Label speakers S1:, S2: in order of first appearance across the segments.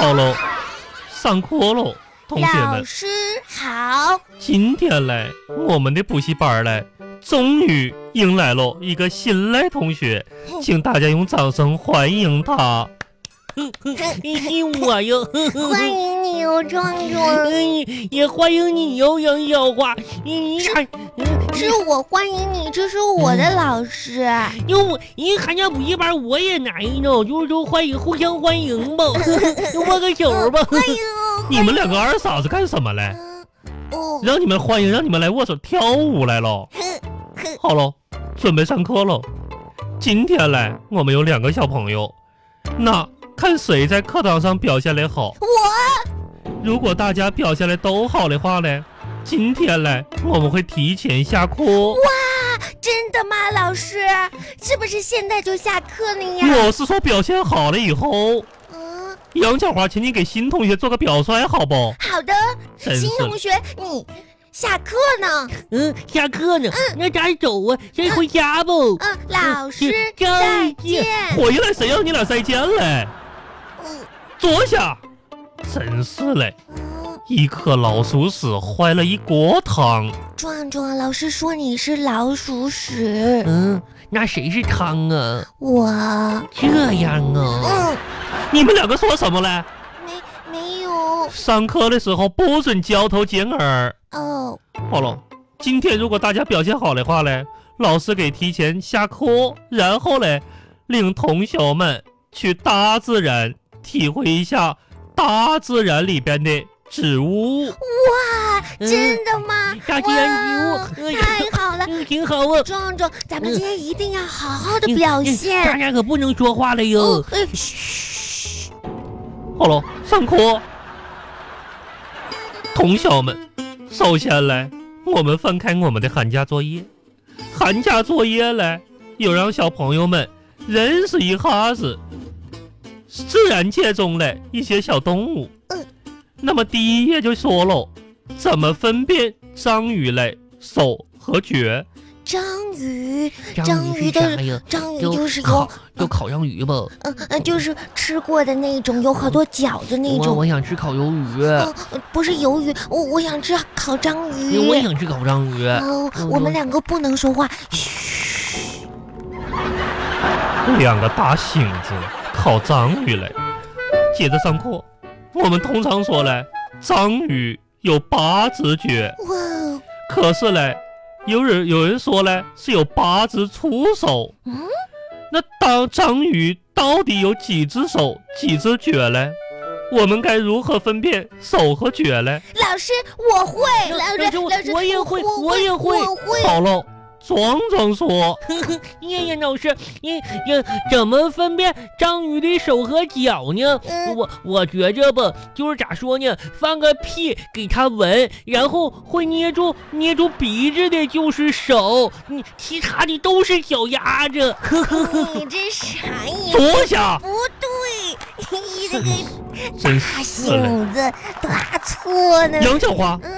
S1: 到喽，上课喽，同学
S2: 老
S1: 们，
S2: 师好，
S1: 今天嘞，我们的补习班嘞，终于迎来了一个新来同学，请大家用掌声欢迎他。
S3: 我哟，
S2: 欢迎你哦，壮壮，
S3: 嗯，也欢迎你哟，杨小花。嗯，哎
S2: 是我欢迎你，这是我的老师。
S1: 嗯
S3: 因为我因为寒假补习班我也来呢，就是说欢迎，互相欢迎吧，握个手吧。
S2: 欢迎哦，
S1: 你们两个二傻子干什么嘞？
S2: 嗯哦，
S1: 让你们欢迎，让你们来握手跳舞来喽。好喽，准备上课喽。今天嘞，我们有两个小朋友，那看谁在课堂上表现的好。
S2: 我
S1: 如果大家表现的都好的话嘞，今天嘞我们会提前下课。
S2: 真的吗，老师？是不是现在就下课了呀？
S1: 我是说表现好了以后，
S2: 嗯，
S1: 杨小华，请你给新同学做个表率，好不？
S2: 好的，
S1: 真
S2: 新
S1: 是
S2: 同学，你下课呢？
S3: 嗯，下课呢，那咱走啊，先回家吧。
S2: 嗯，老师再
S3: 再见
S2: 见。
S1: 回来谁让你俩再见嘞？
S2: 嗯
S1: 坐下。真是嘞，
S2: 嗯，
S1: 一颗老鼠屎坏了一锅汤。
S2: 壮壮，老师说你是老鼠屎，
S3: 嗯，那谁是汤啊？
S2: 我
S3: 这样啊？
S2: 嗯
S1: 你们两个说什么嘞？
S2: 没没有
S1: 上课的时候不准交头接耳。
S2: 哦。
S1: 好了，今天如果大家表现好的话嘞，老师给提前下课，然后嘞，领同学们去大自然体会一下大自然里边的植物。
S2: 哇，
S3: 嗯
S2: 真的吗？
S3: 大自然植物哎呀
S2: 太好了，
S3: 嗯，挺好啊。
S2: 壮壮，咱们
S3: 嗯
S2: 今天一定要好好的表现
S3: 大。家可不能说话了哟
S2: 哦。，哎
S1: 好了，上课。同学们，首先嘞，我们翻开我们的寒假作业。寒假作业嘞，有让小朋友们认识一下子自然界中嘞一些小动物。
S2: 嗯
S1: 那么第一页就说喽，怎么分辨章鱼嘞手和脚？
S2: 章鱼，
S3: 章鱼是啥呀？
S2: 章鱼
S3: 就
S2: 就是有
S3: 烤，就烤章鱼吧。
S2: 嗯嗯、呃就是吃过的那种，有好多饺子那
S3: 我
S2: 种。
S3: 我想吃烤鱿鱼，
S2: 哦，不是鱿鱼，我我想吃烤章鱼。
S3: 我也想嗯吃烤章鱼。
S2: 哦，我们两个不能说话。
S1: 两个大星子烤章鱼嘞。接着上课，我们通常说嘞，章鱼有八只脚，
S2: 哇哦，
S1: 可是嘞，有人有人说嘞是有八只触手。
S2: 嗯
S1: 那当章鱼到底有几只手、几只脚嘞？我们该如何分辨手和脚嘞？
S2: 老师，我会，
S3: 老
S2: 老
S3: 老
S2: 师，
S3: 师我
S2: 老师，
S3: 我也会
S2: 我
S3: 我也会
S2: 我会。
S1: 好喽，壮壮说，
S3: 燕燕老师，你这 怎么分辨章鱼的手和脚呢？
S2: 嗯
S3: 我我觉着吧，就是咋说呢，放个屁给它闻，然后会捏住捏住鼻子的就是手，你其他的都是脚丫子。
S2: 你这啥呀？
S1: 坐下。
S2: 不对，你这
S1: 嗯
S2: 个
S1: 真
S2: 大
S1: 是嘞，
S2: 性子答错呢。
S1: 杨小花，
S2: 嗯，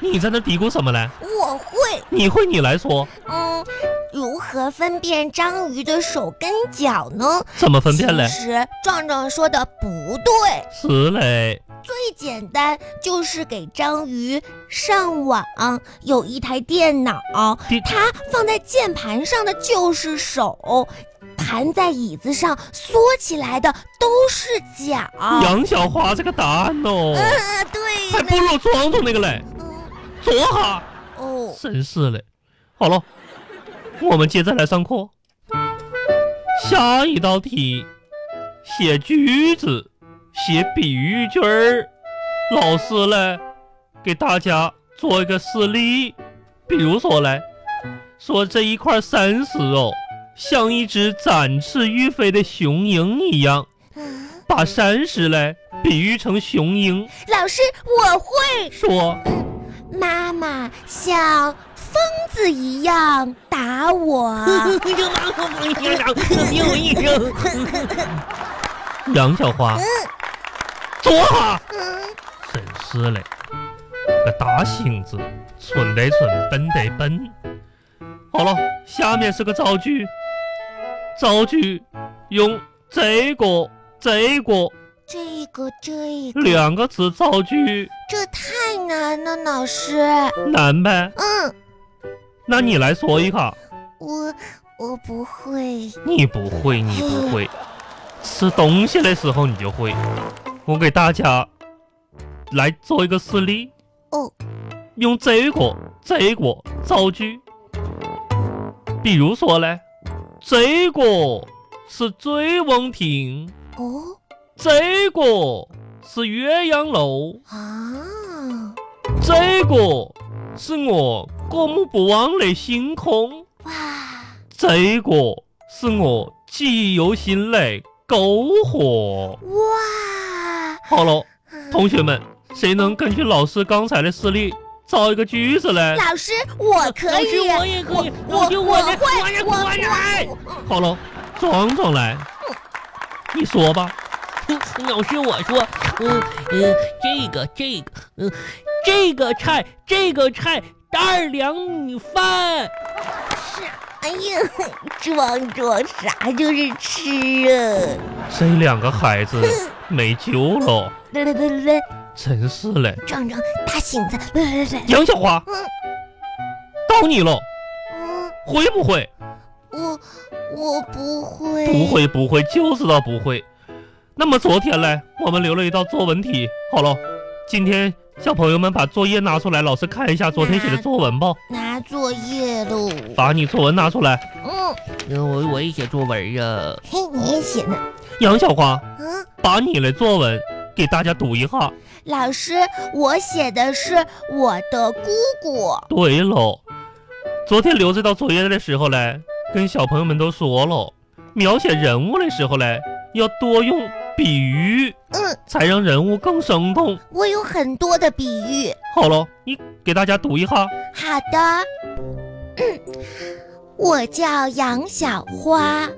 S1: 你在那嘀咕什么嘞？
S2: 我会。
S1: 你会你来说，
S2: 嗯，如何分辨章鱼的手跟脚呢？
S1: 怎么分辨嘞？
S2: 其实壮壮说的不对，
S1: 是嘞，
S2: 最简单就是给章鱼上网，有一台电脑，
S1: 第
S2: 它放在键盘上的就是手，盘在椅子上缩起来的都是脚。
S3: 啊
S1: 杨小花这个答案哦，
S2: 嗯，对
S1: 还不
S2: 呢。
S1: 如庄总那个嘞，
S2: 嗯
S1: 左哈，
S2: 哦，
S1: 真是嘞。好了，我们接着来上课。下一道题，写句子，写比喻句儿。老师嘞，给大家做一个示例，比如说嘞，说这一块山石哦，像一只展翅欲飞的雄鹰一样。
S2: 嗯
S1: 把山石嘞比喻成雄鹰，
S2: 老师，我会。
S1: 说
S2: 妈妈像疯子一样打我。
S3: 这妈我我你俩可别我一声。
S1: 杨小花，坐下。
S2: 嗯，
S1: 真是嘞，个大星子，蠢得蠢，笨得笨。好了，下面是个造句，造句用这个、这个、
S2: 这个这个，
S1: 两个词造句
S2: 这太难了，老师。
S1: 难呗？
S2: 嗯，
S1: 那你来说一个，
S2: 我我不会。
S1: 你不会，你不会，吃东西的时候你就会。我给大家来做一个示例，
S2: 哦，
S1: 用这个这个造句。比如说嘞，这个是醉翁亭，
S2: 哦
S1: 这个是岳阳楼。
S2: 啊！
S1: 这个是我过目不忘的星空，
S2: 哇，
S1: 这个是我记忆犹新的篝火。
S2: 哇，
S1: 好了，同学们，谁能根据老师刚才的示例造一个句子嘞？
S2: 老师，我可以，
S3: 老师我也可以，
S2: 我
S3: 老师我
S2: 会
S3: 的，我也，
S2: 我
S3: 我也。
S2: 我
S1: 好了，壮壮来，你说吧，
S3: 老师，我说，嗯嗯，这个这个，嗯，这个菜这个菜大凉米饭，
S2: 哎呀，壮壮，啥就是吃啊！
S1: 这两个孩子没救了，
S2: 来来来来，
S1: 真是嘞。
S2: 壮壮，大醒子，来来来，
S1: 杨小花，
S2: 嗯
S1: 到你了，
S2: 嗯，
S1: 会不会？
S2: 我我不会，
S1: 不，会不会，就知道不会。那么昨天嘞，我们留了一道作文题。好了，今天小朋友们把作业拿出来，老师看一下昨天写的作文吧。
S2: 拿作业喽。
S1: 把你作文拿出来。
S2: 嗯，
S3: 嗯，我我也写作文啊，
S2: 嘿，你也写呢。
S1: 杨小花，
S2: 嗯，
S1: 把你的作文给大家读一下。
S2: 老师，我写的是我的姑姑。
S1: 对喽，昨天留这道作业的时候嘞，跟小朋友们都说了，描写人物的时候嘞，要多用比喻，
S2: 嗯，
S1: 才让人物更生动。
S2: 我有很多的比喻。
S1: 好了，你给大家读一下。
S2: 好的，嗯我叫杨小花，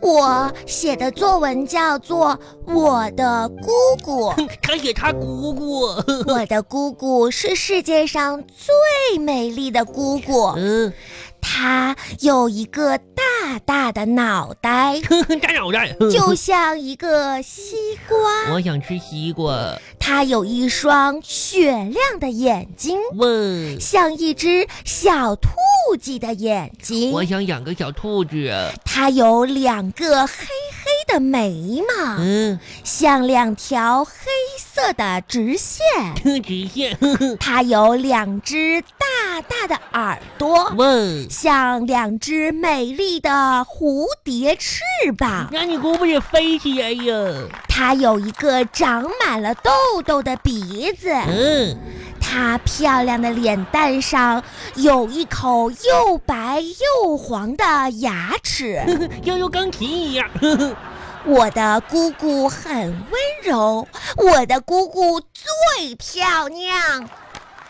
S2: 我写的作文叫做《我的姑姑》。
S3: 他写他姑姑，
S2: 我的姑姑是世界上最美丽的姑姑，
S3: 嗯，
S2: 她有一个大大的脑袋，
S3: 大脑袋，
S2: 就像一个西瓜；
S3: 我想吃西瓜，
S2: 她有一双雪亮的眼睛，
S3: 问，
S2: 像一只小兔子的眼睛。
S3: 我想养个小兔子，
S2: 它有两个黑黑的眉 毛，
S3: 嗯，
S2: 像两条黑色的直线。
S3: 直线，
S2: 它有两只大大的耳朵，
S3: 问，
S2: 像两只美丽的蝴蝶翅膀。
S3: 那你姑不得飞起来呀？
S2: 它有一个长满了痘痘的鼻子，
S3: 嗯，
S2: 它漂亮的脸蛋上有一口又白又黄的牙齿。
S3: 像用钢琴一样，
S2: 我的姑姑很温柔，我的姑姑最漂亮。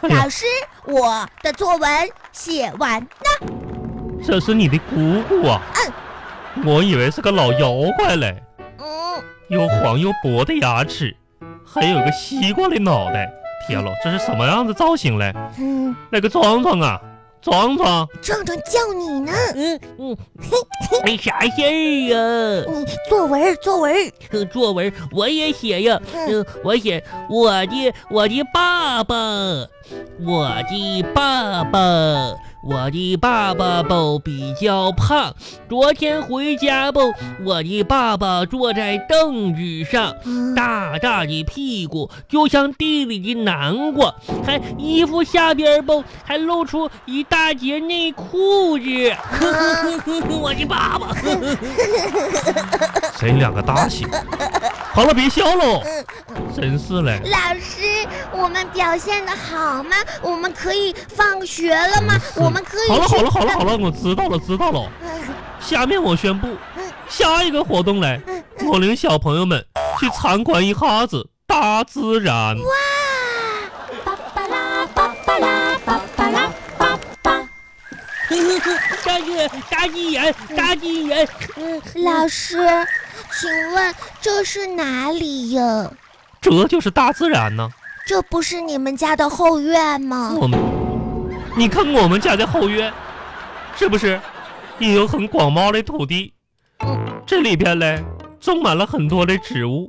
S1: 哎呀
S2: 老师，我的作文写完。
S1: 这是你的姑姑啊！我以为是个老妖怪嘞，
S2: 嗯，
S1: 又黄又薄的牙齿，还有个西瓜的脑袋。天喽，这是什么样的造型嘞？
S2: 嗯，
S1: 那个壮壮啊，壮壮，
S2: 壮壮叫你呢，
S3: 嗯嗯，没啥事儿呀。
S2: 你嗯作文作文。
S3: 作文我也写呀，
S2: 嗯
S3: 嗯，我写我的我的爸爸，我的爸爸，我的爸爸不比较胖，昨天回家不，我的爸爸坐在凳子上。
S2: 嗯
S3: 大大的屁股就像地里的南瓜，还衣服下边不还露出一大截内裤子。 我的爸爸，
S1: 这两个大喜。好了，别笑喽，
S2: 嗯，
S1: 真是嘞。
S2: 老师，我们表现的好吗？我们可以放学了吗？我们可
S1: 嗯
S2: 以
S1: 好了
S2: 去
S1: 好了好了好了，我知道了知道了。
S2: 嗯
S1: 下面我宣布，下一个活动嘞，我领小朋友们去参观一下子大自然。
S2: 巴巴拉巴巴拉巴巴拉巴巴。
S3: 大姐，大鸡眼，大鸡眼，
S2: 老师，请问这是哪里呀？
S1: 这就是大自然呢、
S2: 这不是你们家的后院吗？
S1: 我们，你看我们家的后院，是不是也有很广袤的土地？这里边嘞种满了很多的植物，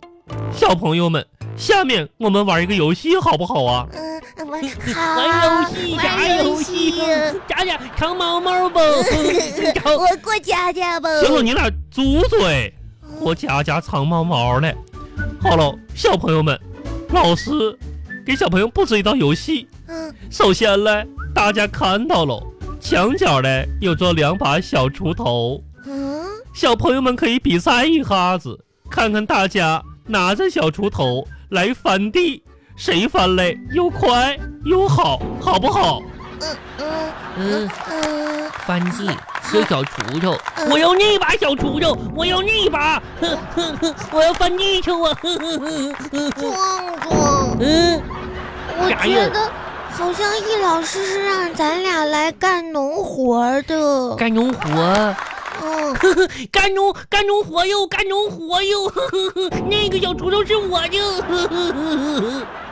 S1: 小朋友们，下面我们玩一个游戏好不好啊？
S2: 嗯，我
S3: 玩
S2: 好
S3: 游戏啥
S2: 玩
S3: 游
S2: 游，
S3: 戏？咱俩藏猫猫吧好
S2: 我过家家吧。嗯
S1: 行了，你俩住嘴！我家家藏猫猫嘞。好了，小朋友们，老师给小朋友布置一道游戏。
S2: 嗯
S1: 首先嘞，大家看到了，墙角嘞有着两把小锄头，
S2: 嗯，
S1: 小朋友们可以比赛一下子，看看大家拿着小锄头来翻地，谁翻嘞又快又好，好不好？
S2: 嗯嗯
S3: 嗯，
S2: 嗯
S3: 翻地，这小锄头，
S2: 呃
S3: 我要那把小锄头，我要那把，哼哼哼，我要翻地去我，哼哼哼哼哼，
S2: 壮壮，
S3: 嗯，
S2: 我
S3: 啥
S2: 觉
S3: 用
S2: 得好像易老师是让咱俩来干农活儿的。
S3: 干农活，
S2: 嗯，
S3: 干农干农 活哟，干农活哟，呵呵呵，那个小锄头是我的，呵呵呵呵呵，